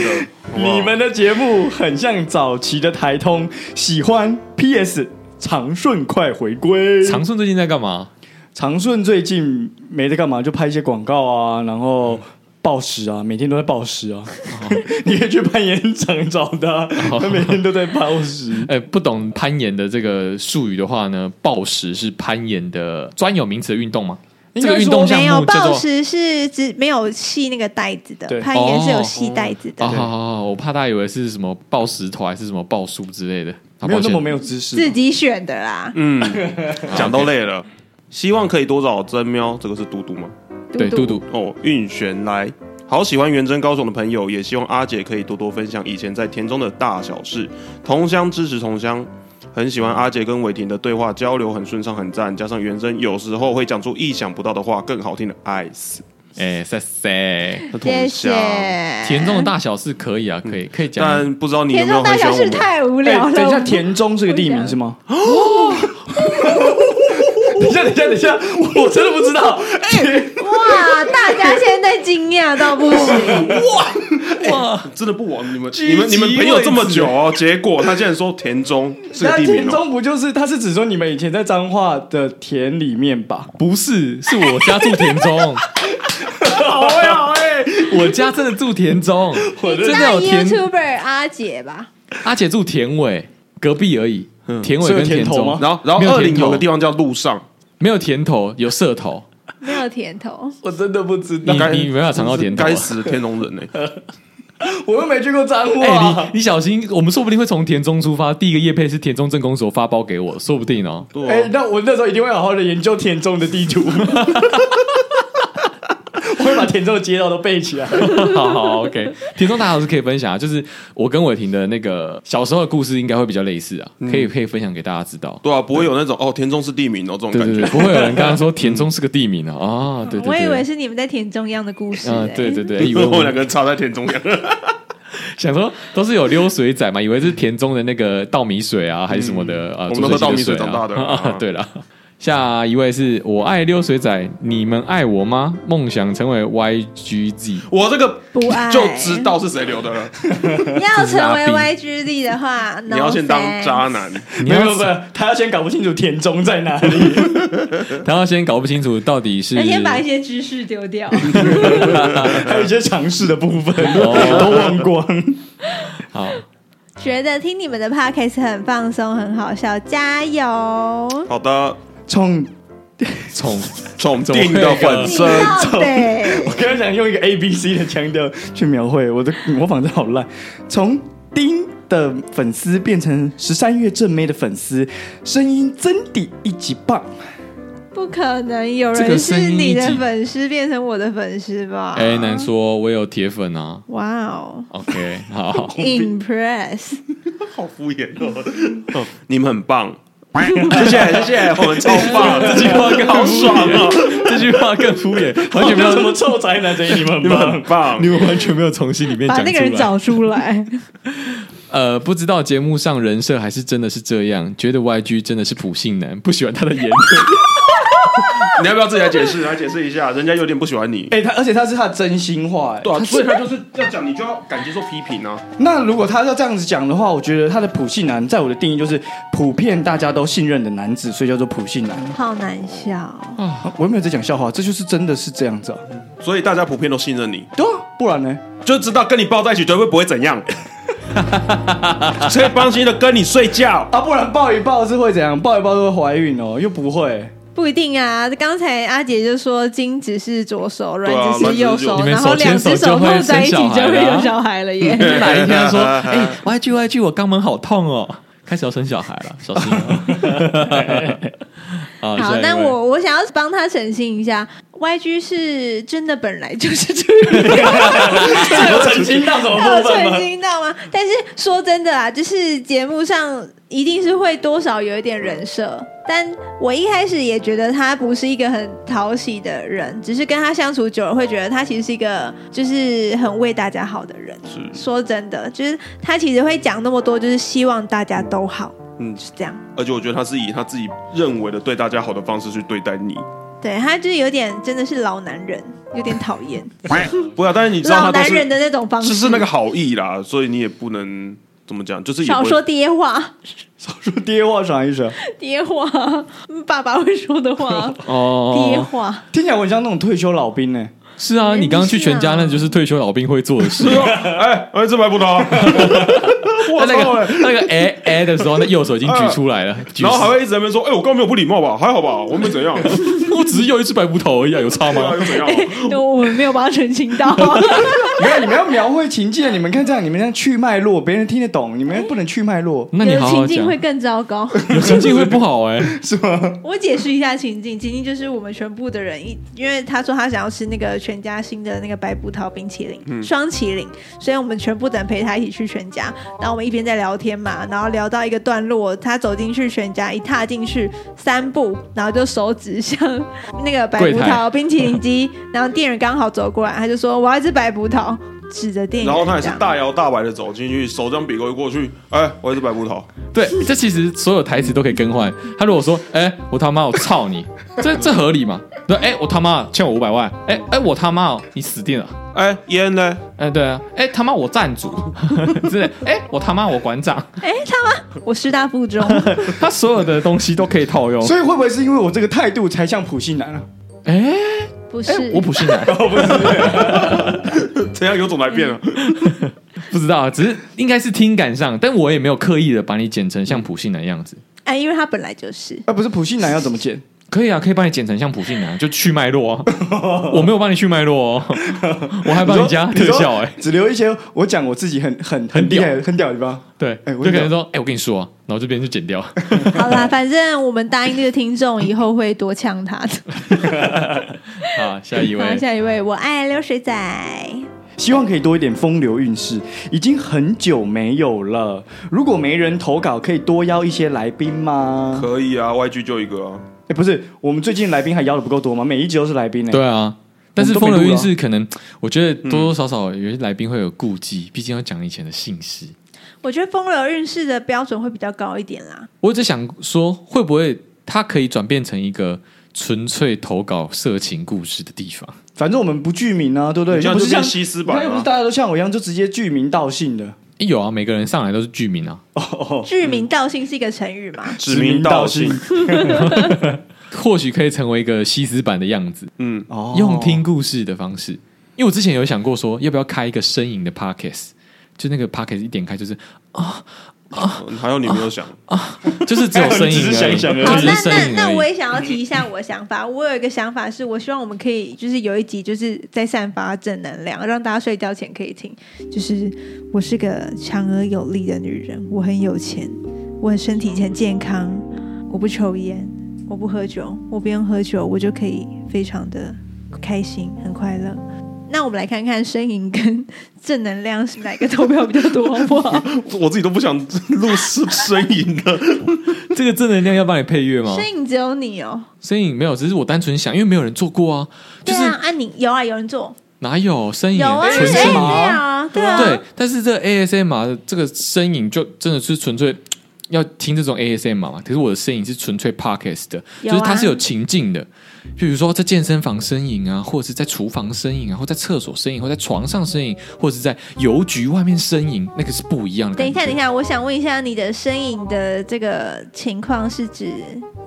B: 好不 好
E: 你们的节目很像早期的台通，喜欢 PS。长顺快回归，
C: 长顺最近在干嘛？
E: 长顺最近没在干嘛，就拍一些广告啊，然后暴食啊，每天都在暴食啊。 你可以去攀岩场找他，
C: 哦
E: 他每天都在暴食。
C: 哎，不懂攀岩的这个术语的话呢，暴食是攀岩的专有名词的运动吗？这
E: 应该
C: 个
E: 说
C: 运动项
D: 没有
C: 目叫
D: 暴
C: 做……
D: 食是只没有系那个带子的，
E: 对
D: 攀岩是有系带子
C: 哦，好
D: 的，
C: 好好好，我怕大家以为是什么抱石头还是什么抱树之类的。 啊好
E: 没有那么没
C: 有，
E: 有知识，
D: 自己选的啦。
B: 嗯， 讲到累了，希望可以多找真喵，这个是嘟嘟吗？
C: 对，嘟嘟，
B: 哦，运璇来，好喜欢元真高雄的朋友，也希望阿姐可以多多分享以前在田中的大小事，同乡支持同乡。很喜欢阿杰跟伟霆的对话交流，很顺畅，很赞。加上元真有时候会讲出意想不到的话，更好听的 ice。
C: 哎，塞塞，
B: 那同
D: 谢谢
B: 乡。。
C: 田中的大小事可以啊， 可以可以讲。
B: 但不知道你有
D: 田
B: 没有
D: 中大
B: 很喜
D: 小
B: 欢我
D: 事
B: 们？
D: 太无
E: 哎
D: 聊哦了。
E: 等一下，
D: 我
E: 田中是个地名是吗？ 等一下，等一下，等一下，我真的不知道。
D: 哎哇，大家现在惊讶到 不行。
E: 哎
B: 真的不枉你们，
E: 居
B: 你们你们
E: 其
B: 朋友
E: 位
B: 这么
E: 置
B: 久哦，结果他竟然说田中是个
E: 那
B: 地名
E: 田
B: 哦。
E: 中不就是？他是指说你们以前在彰化的田里面吧？
C: 不是，是我家住田 中，
E: 好哎好哎，
C: 我家真的住田中，
D: 你知
C: 真的
D: 道
C: 有田。
D: YouTuber 阿姐吧？
C: 阿姐住田尾，隔壁而已。
B: 嗯
C: 田尾
E: 所以有
C: 跟
E: 田头
C: 中
E: 吗，
B: 然后然
C: 没
B: 后
C: 有
B: 二
C: 甜
B: 零有
C: 头
B: 个地方叫路上，
C: 没有田头，有社头。
D: 没有甜头，
E: 我真的不知道
C: 你，
B: 该
C: 你没办法尝到甜头啊
B: 该死的天龙人呢、
E: 我又没去过彰
C: 哎、
E: 化。
C: 你你小心，我们说不定会从田中出发。第一个叶配是田中正公所发包给我，说不定 哦。
B: 对
E: 哎
B: 啊，，
E: 那我那时候一定会好好的研究田中的地 图，我会把田中的街道都背起来。
C: 好好，OK。田中大老师可以分享啊，就是我跟伟霆的那个小时候的故事，应该会比较类似啊，
D: 嗯
C: 可以可以分享给大家知道。
B: 对啊，不会有那种哦，田中是地名哦这种
C: 对
B: 感
C: 对
B: 觉。
C: 对，不会有人刚刚说田中是个地名啊。啊，对对对，
D: 我以为是你们在田中央的故事、
C: 啊
D: 欸。，
C: 对对对，以
B: 因
C: 为
B: 为 我
C: 我
B: 们
C: 们
B: 两个人插在田中 央，
C: 想说都是有溜水仔嘛，以为是田中的那个稻米水啊，还是什么的啊？
B: 我们都喝稻米水
C: 啊
B: 长 大的
C: 啊对了，下一位是我爱溜水仔，你们爱我吗？梦想成为 YGZ，
B: 我这个
D: 不爱
B: 就知道是谁留的了。
D: 要成为
C: 这是阿
D: YGD 的话，
B: 你要先当渣。男，
C: 你
E: 没有没
C: 要
E: 有，没有他要先搞不清楚田中在哪
B: 哦
E: 里。
C: 他要先搞不清楚到底是
D: 要先把一些知识丢掉，
E: 还有一些尝试的部分
C: 哦
E: 都忘光。
C: 好，
D: 觉得听你们的 podcast 很放松，很好笑，加油！
B: 好的，
E: 冲！
C: 从
B: 重定的本
D: 你
B: 身
D: 到，底
E: 我刚刚想用一个 A B C 的腔调去描绘，我的模仿真的好烂。从丁的粉丝变成十三月正妹的粉丝，声音真的一级棒。
D: 不可能有
C: 这个
D: 人
C: 声
D: 是
C: 音
D: 你
C: 一
D: 的
C: 集
D: 粉丝变成我的粉丝吧？
C: 哎难说，我有铁粉啊。
D: 哇哦
C: OK，好，
D: ，impress！
B: 好敷衍哦。你们很棒， 谢谢谢谢，我们超棒，
C: 这句话更好爽
B: 啊
C: 哦，这句话更敷衍，完全没
E: 什
C: 有
E: 么，臭宅男，所以你们
B: 你
E: 很
B: 们很
E: 棒。
B: 棒
C: 你。们完全没有从心里面
D: 把
C: 讲
D: 那个人
C: 出来。
D: 找出来，
C: 呃，不知道节目上人设还是真的是这样，觉得 YG 真的是普信男， 不喜欢他的言论。
B: 你要不要自己来解释？来解释一下，人家有点不喜欢你。
E: 哎、他而且他是他的真心话、哎
B: 对啊，所以他就是要讲，你就要敢接受批评啊。
E: 那如果他要这样子讲的话，我觉得他的普信男，在我的定义就是普遍大家都信任的男子，所以叫做普信男。
D: 好难笑。
E: 啊我又没有在讲笑话，这就是真的是这样子啊。
B: 所以大家普遍都信任你，
E: 对啊，不然呢？
B: 就知道跟你抱在一起绝对不会怎 样，所以放心的跟你睡觉。
E: 啊，不然抱一抱是会怎样？抱一抱都会怀孕哦，又不会。
D: 不一定啊，刚才阿姐就说金只是左手，软
B: 对啊
D: 只是右手，
C: 你们
D: 然后
C: 手牵
D: 两
C: 手
D: 只
C: 就会
D: 弄在一起
C: 生
D: 就
C: 小孩
D: 会
C: 了啊
D: 有小孩了耶。
C: 哪一天说，哎、y g YG，我肛门好痛哦，开始要生小孩了，小心、哦。好
D: 好，
C: 下一
D: 那
C: 位
D: 我我想要帮他澄清一下，YG 是真的本来就是这样，
E: 有澄清到什么
C: 哦
D: 他有澄？清到吗？但是说真的啊，就是节目上一定是会多少有一点人设，但我一开始也觉得他不是一个很讨喜的人，只是跟他相处久了会觉得他其实是一个就是很为大家好的人。说真的，就是他其实会讲那么多，就是希望大家都好，
B: 嗯，
D: 是这样。
B: 而且我觉得他是以他自己认为的对大家好的方式去对待你。
D: 对他就是有点真的是老男人，有点讨厌
B: 不要，但是你知道
D: 老
B: 他都
D: 男人
B: 是
D: 的那种方式，
B: 就是那个好意啦，所以你也不能怎么讲，就是也
D: 少
B: 不
D: 说
B: 会
D: 爹话，
E: 说 爹话啥意思啊？
D: 爹话，爸爸会说的话，爹
C: 哦，
D: 话。
E: 听起来我很像那种退休老兵呢、
C: 是啊，你刚刚去全家，那就是退休老兵会做的事。
B: 哎哎，这白葡 萄，
C: 他
B: 我
C: 那
B: 操
C: 个
B: 哎！
C: 那个哎哎的时候，那右手已经举出来 了，举
B: 然后还会一直在那边说：“哎，我刚刚没有不礼貌吧？还好吧？我没怎 样，对
C: 我只是要一只白葡萄而已、啊，有差
B: 啊
C: 吗？
B: 又怎样？
D: 我们没有把他澄清到，
E: 没有，你们要描绘情境，你们看这样，你们这样去脉络，别人听得懂，你们不能去脉络，
C: 那你
D: 有
C: 好好
D: 情境
C: 讲，
D: 会更糟糕。
C: 有情境会不好哎、
E: 是吗？
D: 我解释一下情境，情境就是我们全部的人一，因为他说他想要吃那个全
B: 嗯
D: 家新的那个白葡萄冰淇淋、双、淇淋，所以我们全部的人陪他一起去全家，然然后我们一边在聊天嘛，然后聊到一个段落，他走进去全家，一踏进去三步，然后就手指向那个白
C: 柜
D: 葡
C: 台
D: 萄冰淇淋机， 然后店员刚好走过来，他就说我要一只白葡萄，指着店 员
B: 然
D: 这
B: 后
D: 样，
B: 他也是大摇大摆的走进去，手这样比过过去，哎，我也是白葡萄，
C: 对，这其实所有台词都可以更换。他如果说：“哎、我他妈我操你”， 这这合理吗？对，哎、我他妈欠我五百万，哎、哎、我他妈哦，你死定了。
B: 哎，烟呢？
C: 哎、对啊，哎、他妈我站主之类，哎、我他妈我馆长，
D: 哎、他吗？我师大 附中，
C: 他所有的东西都可以套用。
E: 所以会不会是因为我这个态度才像普信男啊？
C: 哎、
D: 不是，
C: 哎、我不信男，
B: 怎样有种来变了？
C: 不知道，啊只是应该是听感上，但我也没有刻意的把你剪成像普信男样子。
D: 哎，因为他本来就是。
E: 啊，不是普信男要怎么剪？
C: 可以啊，可以帮你剪成像普信男，就去脉络啊。我没有帮你去脉络哦，我还帮你加特效哎、
E: 只留一些我讲我自己很很很厉害的很屌的地方。
C: 对，
E: 哎
C: 就
E: 我
C: 可
E: 懂
C: 能说，哎、我跟你说、啊，然后这边就 剪掉。
D: 好啦，反正我们答应这个听众以后会多呛他的。
C: 好，啊下一
D: 好，
C: 位，
D: 下一位，我爱流水仔。
E: 希望可以多一点风流韵事，已经很久没有了。如果没人投稿，可以多邀一些来宾吗？
B: 可以啊，YG 就一个啊，
E: 哎，不是，我们最近来宾还邀的不够多吗？每一集都是来宾呢。哎
C: 对啊，但是
E: 我们都没
C: 风流
E: 录
C: 韵
E: 了嗯
C: 事可能，我觉得多多少少有些来宾会有顾忌，毕竟要讲以前的姓氏。
D: 我觉得风流韵事的标准会比较高一点啦。
C: 我只想说，会不会它可以转变成一个纯粹投稿色情故事的地方？
E: 反正我们不具名啊，对不对？
B: 你这
E: 又
B: 样
E: 不是
B: 就变
E: 像
B: 西施
E: 你看
B: 版啊
E: 又不是
B: 了。
E: 大家都像我一样，就直接具名道姓的。
C: 诶有啊，每个人上来都是剧名啊，
D: 剧名道姓是一个成语嘛？
B: 指名道姓，
C: 或许可以成为一个西施版的样子，
B: 嗯，
E: 哦
C: 用听故事的方式。因为我之前有想过说，要不要开一个呻吟的 podcast，就那个 podcast 一点开就是哦
B: 还有你没有想，
C: 就是 只有呻吟而已，
E: 只是想一想而已
C: 就
D: 好，
C: 只是
D: 那那
C: 呻吟
D: 那
C: 而已
D: 我也想要提一下 我的想法。我有一个想法是，我希望我们可以就是有一集就是在散发正能量，让大家睡觉前可以听。就是我是个强而有力的女人，我很有钱，我身体很健康，我不抽烟，我不喝酒，我不用喝酒，我就可以非常的开心，很快乐。那我们来看看呻吟跟正能量是哪个投票比较 多，好不好？
B: 我自己都不想录声声音的。
C: 这个正能量要帮你配乐吗？
D: 呻吟只有你哦，
C: 呻吟没有，只是我单纯想，因为没有人做过啊，就
D: 对
C: 是
D: 啊，啊你有啊，有人做。
C: 哪有呻吟
D: 有啊，
C: 纯粹
D: 哎
E: 吗
D: 对啊，对啊，
C: 对，但是这个 ASMR 的这个声音就真的是纯粹要听这种 ASMR 嘛？可是我的声音是纯粹 Podcast 的，就
D: 有啊
C: 是它是有情境的，比如说在健身房呻吟啊，或者是在厨房呻吟啊，或在厕所呻吟，或在床上呻吟，或者是在邮局外面呻吟，那个是不一样的
D: 等
C: 感觉。
D: 一下，等一下，我想问一下，你的身影的这个情况是指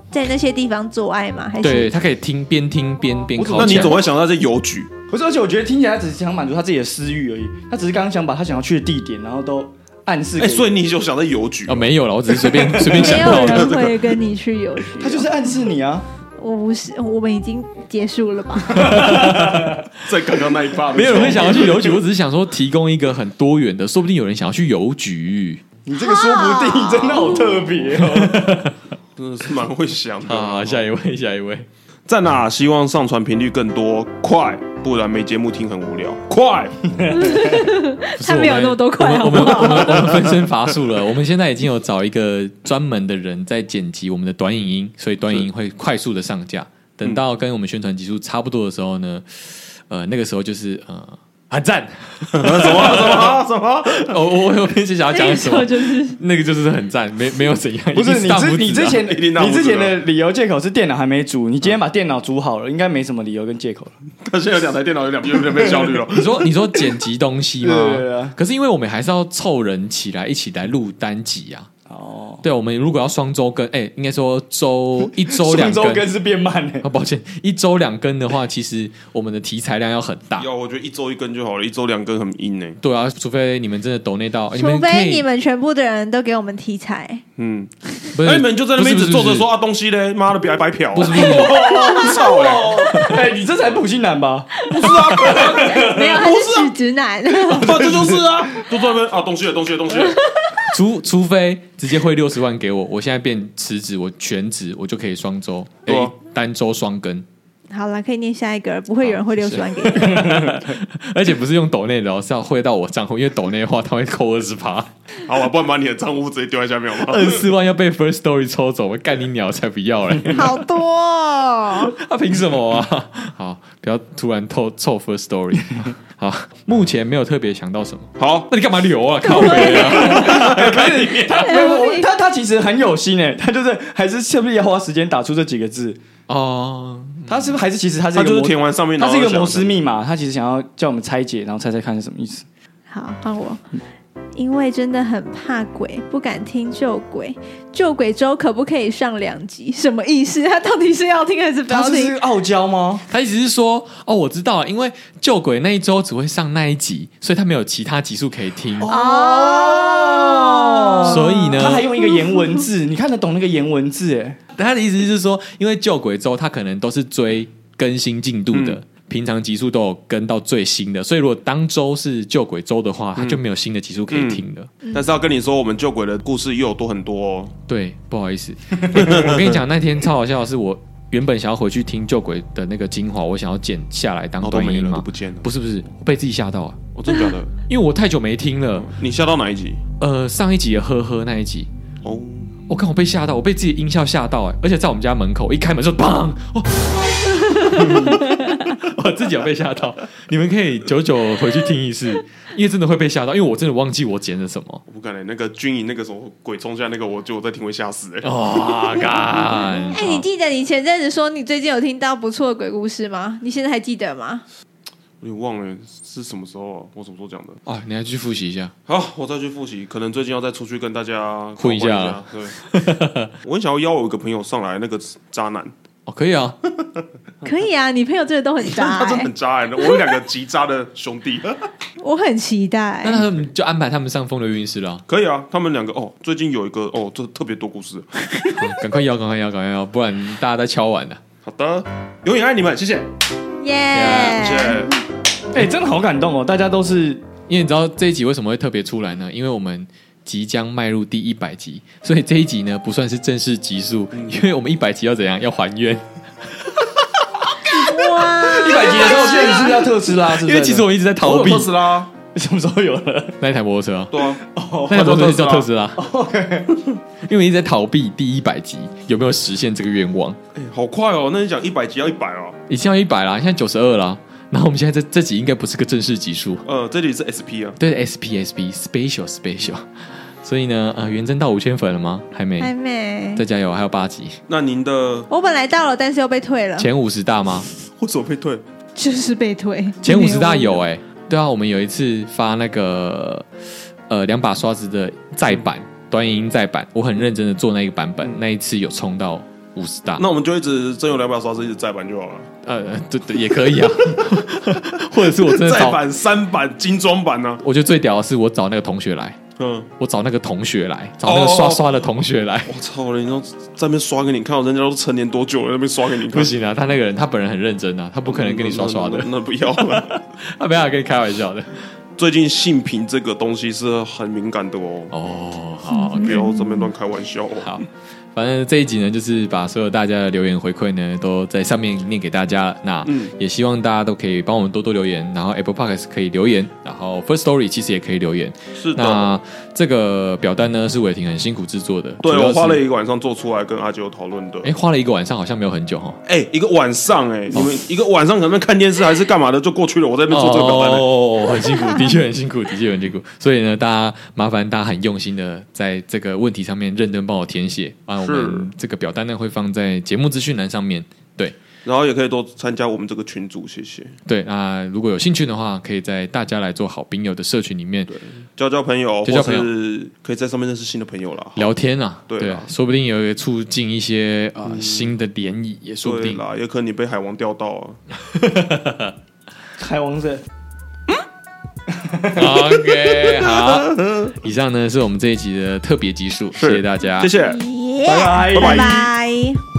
D: 在那些地方做爱吗？还
C: 对，
D: 是
C: 他可以听边听边边靠
B: 那你
C: 墙
B: 总会想到在邮局，
E: 不是，而且我觉得听起来他只是想满足他自己的私欲而已，他只是刚刚想把他想要去的地点，然后都暗示给
B: 哎，
E: 你，
B: 所以你就想在邮局
C: 哦，没有了，我只是随 便随便想
D: 没
C: 到
D: 有
C: 的。
D: 人会跟你去游
E: 他就
D: 学？
E: 是暗示你啊。
D: 我不是，我们已经结束了吧？
B: 在刚刚那一趴，
C: 没有人会想要去邮局，我只是想说提供一个很多元的，说不定有人想要去邮局
E: 你这个说不定真的好特别哦。
B: 真的是蛮会想 的
C: 啊。下一位，下一位。
B: 在哪？希望上传频率更多，快，不然没节目听很无聊。快，
C: 不是
D: 他没
C: 我
D: 有
C: 们
D: 那么多块
C: 我们
D: 好不
C: 我们
D: 好
C: 我们我们分身乏术了。我们现在已经有找一个专门的人在剪辑我们的短影音，所以短影音会快速的上架。等到跟我们宣传集数差不多的时候呢，呃，那个时候就是呃，很赞。
B: 什么什么什么？
C: 哦，我我有偏心想要
D: 那
C: 讲
D: 个
C: 什
D: 时
C: 么
D: 候？就是
C: 那个就是很赞，没没有怎样。
E: 不
C: 一
E: 是
C: 定
E: 你
C: 大拇
E: 之
C: 指啊
E: 你之前
B: 一定大拇指啊
E: 你之前的理由借口是电脑还没煮，你今天把电脑煮好了，应该没什么理由跟借口了。
B: 他现在有两台电脑，有两边有点没效率 了。
C: 你说你说剪辑东 西吗？
E: 对对对啊
C: 可是因为我们还是要凑人起来一起来录单集啊。
E: 哦，
C: 对，我们如果要双周更，哎、应该说周一周两
E: 上周
C: 更，
E: 更是变慢了
C: 啊，。抱歉，一周两更的话，其实我们的题材量要很大。
B: 要我觉得一周一根就好了，一周两根很硬欸呢、
C: 对啊，除非哦你们真的抖内到，
D: 除
C: 可
D: 非
C: 以
D: 你们全部的人都给我们题 材，
B: 嗯，
C: 不
B: 那
C: 是
B: 你们就在那边一
C: 不
B: 直
C: 是
B: 坐着说
C: 不
B: 啊东西嘞，妈的别白嫖、啊，
C: 是不是不是不是
B: 操嘞，
E: 哎，你这才普信男 吧？
B: 不是啊，
D: 没有，他是屎直男。
B: 不这就是啊，就在那边啊东西嘞东西嘞东西嘞，
C: 除除非直接汇六十万给我，我现在变辞职，我全职，我就可以双周，哎、
B: 对啊
C: 单周双更。
D: 好了，可以念下一个了，不会有人会六十万给你。
C: 而且不是用抖内的哦，是要汇到我账户，因为抖内的话他会扣二十趴，
B: 好吧，不然把你的账户直接丢在下面好不好？
C: 二十四万要被 First Story 抽走，我干你鸟才不要嘞！
D: 好多、哦。
C: 他凭什么啊？好，不要突然凑凑 First Story。好，目前没有特别想到什么。
B: 好，
C: 那你干嘛留啊？靠 背啊！
E: 他他他他其实很有心哎，他就是还是是不是要花时间打出这几个字？
C: 哦，
E: 他是不是还是其实他是
B: 他
E: 一
B: 就
E: 个
B: 是
E: 摩
B: 填完上面，
E: 他是一个
B: 然后
E: 摩
B: 想
E: 斯密码，他其实想要叫我们拆解，然后猜猜看是什么意思。
D: 好，换我。因为真的很怕鬼，不敢听救鬼。救鬼周可不可以上两集？什么意思？他到底是要听还是不
E: 他
D: 要
E: 是
D: 听
E: 是？傲娇吗？
C: 他意思是说，哦，我知道了，因为救鬼那一周只会上那一集，所以他没有其他集数可以听。
D: 哦
C: 所以呢
E: 他还用一个颜文字，你看得懂那个颜文字哎？
C: 他的意思是说，因为救鬼周他可能都是追更新进度的。平常集数都有跟到最新的，所以如果当周是救鬼周的话，他就没有新的集数可以听了。
B: 但是要跟你说，我们救鬼的故事又有多很多哦。
C: 对，不好意思， 我跟你讲，那天超好笑的是，我原本想要回去听救鬼的那个精华，我想要剪下来当
B: 哦都
C: 短
B: 没
C: 音
B: 了
C: 嘛，
B: 都不见了
C: 不是不是，我被自己吓到啊，
B: 我哦真的假的？
C: 因为我太久没听了。
B: 你笑到哪一集？
C: 呃，上一集的呵呵那一集，
B: 哦，
C: 我看我被吓到，我被自己音效吓到哎、而且在我们家门口一开门就砰，哦 我自己有被吓到。你们可以久久回去听一次，因为真的会被吓到，因为我真的忘记我剪了什么。
B: 我不敢嘞、欸那个军营那个什么鬼冲下那个，我就我在听会吓死哎、
C: 哦，干！
D: 哎、你记得你前阵子说你最近有听到不错的鬼故事吗？你现在还记得吗？
B: 我有点哎忘了是什么时候、啊，我什么时候讲的？
C: 哦，你还去复习一下。
B: 好，我再去复习，可能最近要再出去跟大家
C: 混一下啊
B: 对，我很想要邀我一个朋友上来，那个渣男，
C: 哦，可以啊，
D: 可以啊，你朋友真的都很渣、
B: 他真的
D: 哎
B: 很渣哎、我有两个极渣的兄弟，
D: 我很 期待
C: 那。他们就安排他们上风流韵事了啊，
B: 可以啊，他们两个哦，最近有一个哦，这特别多故事。
C: 好赶快邀，赶快邀，赶快邀，不然大家在敲碗了。
B: 好的，永远爱你们，谢谢，
D: 耶、
B: 谢谢。
E: 哎，真的好感动哦！大家都 是
C: 因为你知道这一集为什么会特别出来呢？因为我们即将迈入第一百集，所以这一集呢不算是正式集数，因为我们一百集要怎样？要还愿。
D: 哇！
E: 一百集的时候，现在你是不是要特斯拉？是不
C: 因
E: 是？
C: 为其实我们一直在逃避
B: 特斯拉，
E: 什么时候有了？
C: 那一台摩托车啊、
B: 对啊，
C: 那台摩托车叫
B: 叫
C: 特
B: 特
C: 斯
B: 斯
C: 拉。因为我们一直在逃避第一百集有没有实现这个愿望，
B: 哎好快哦！那你讲一百集要一百哦，
C: 已经要一百啦，现在九十二啦。然后我们现在这这集应该不是个正式集数，
B: 呃，这里是 SP 啊，
C: 对，SP SP special special。所以呢，呃，元真到五千粉了吗？还没，
D: 还没
C: 再。加油，还有八集，
B: 那您的
D: 我本来到了，但是又被退了，
C: 前五十大 吗？
B: 为什么被退？
D: 就是被退。
C: 前五十大有哎、对啊，我们有一次发那个呃两把刷子的再版短影音再版，我很认真的做那个版本，那一次有冲到五十大，
B: 那我们就一直真有两把刷子一直再版就好了，
C: 呃对对也可以啊， 或者是我真的
B: 再
C: 找，
B: 版三版精装版呢、
C: 我觉得最屌的是我找那个同学来，
B: 嗯，
C: 我找那个同学来，找那个刷刷的同学来。
B: 我操人家在那边刷给你看，人家都成年多久了，在那边刷给你看，
C: 不行啊，他那个人他本人很认真啊，他不可能跟你刷刷的
B: 那，那那不要了。
C: 他没办法跟你开玩笑的。
B: 最近性平这个东西是很敏感的哦，
C: 哦，好，
B: 不要这边乱开玩笑哦。
C: 好，反正这一集呢，就是把所有大家的留言回馈呢，都在上面念给大家了。那、
B: 嗯
C: 也希望大家都可以帮我们多多留言，然后 Apple Podcast 可以留言，然后 First Story 其实也可以留言。
B: 是的，
C: 那这个表单呢，是伟霆很辛苦制作的，
B: 对
C: 主要
B: 我
C: 是
B: 花了一个晚上做出来跟阿九讨论的。
C: 哎花了一个晚上，好像没有很久哦哈。
B: 哎、一个晚上哎、
C: 哦
B: 你们一个晚上可能在看电视还是干嘛的就过去了，我在那边做这个表单、哎
C: 哦，很辛苦，的确很辛苦，的确很辛苦。所以呢，大家麻烦大家很用心的在这个问题上面认真帮我填写啊。我们这个表单呢会放在节目资讯栏上面。对，
B: 然后也可以多参加我们这个群组，谢谢，
C: 对，那如果有兴趣的话，可以在大家来做好朋友的社群里面
B: 交交朋友，
C: 交交朋友
B: 或是可以在上面认识新的朋友啦。
C: 聊天啊，
B: 对啊
C: 啊，说不定有一个促进一些啊、呃新的涟漪，也说不
B: 对
C: 定。
B: 啦，也可能你被海王钓到啊，
E: 海王者
C: OK，好，以啊上呢是我们这一集的特别集数，谢谢大家，
B: 谢谢。
D: 耶，
E: 拜拜
D: 拜拜。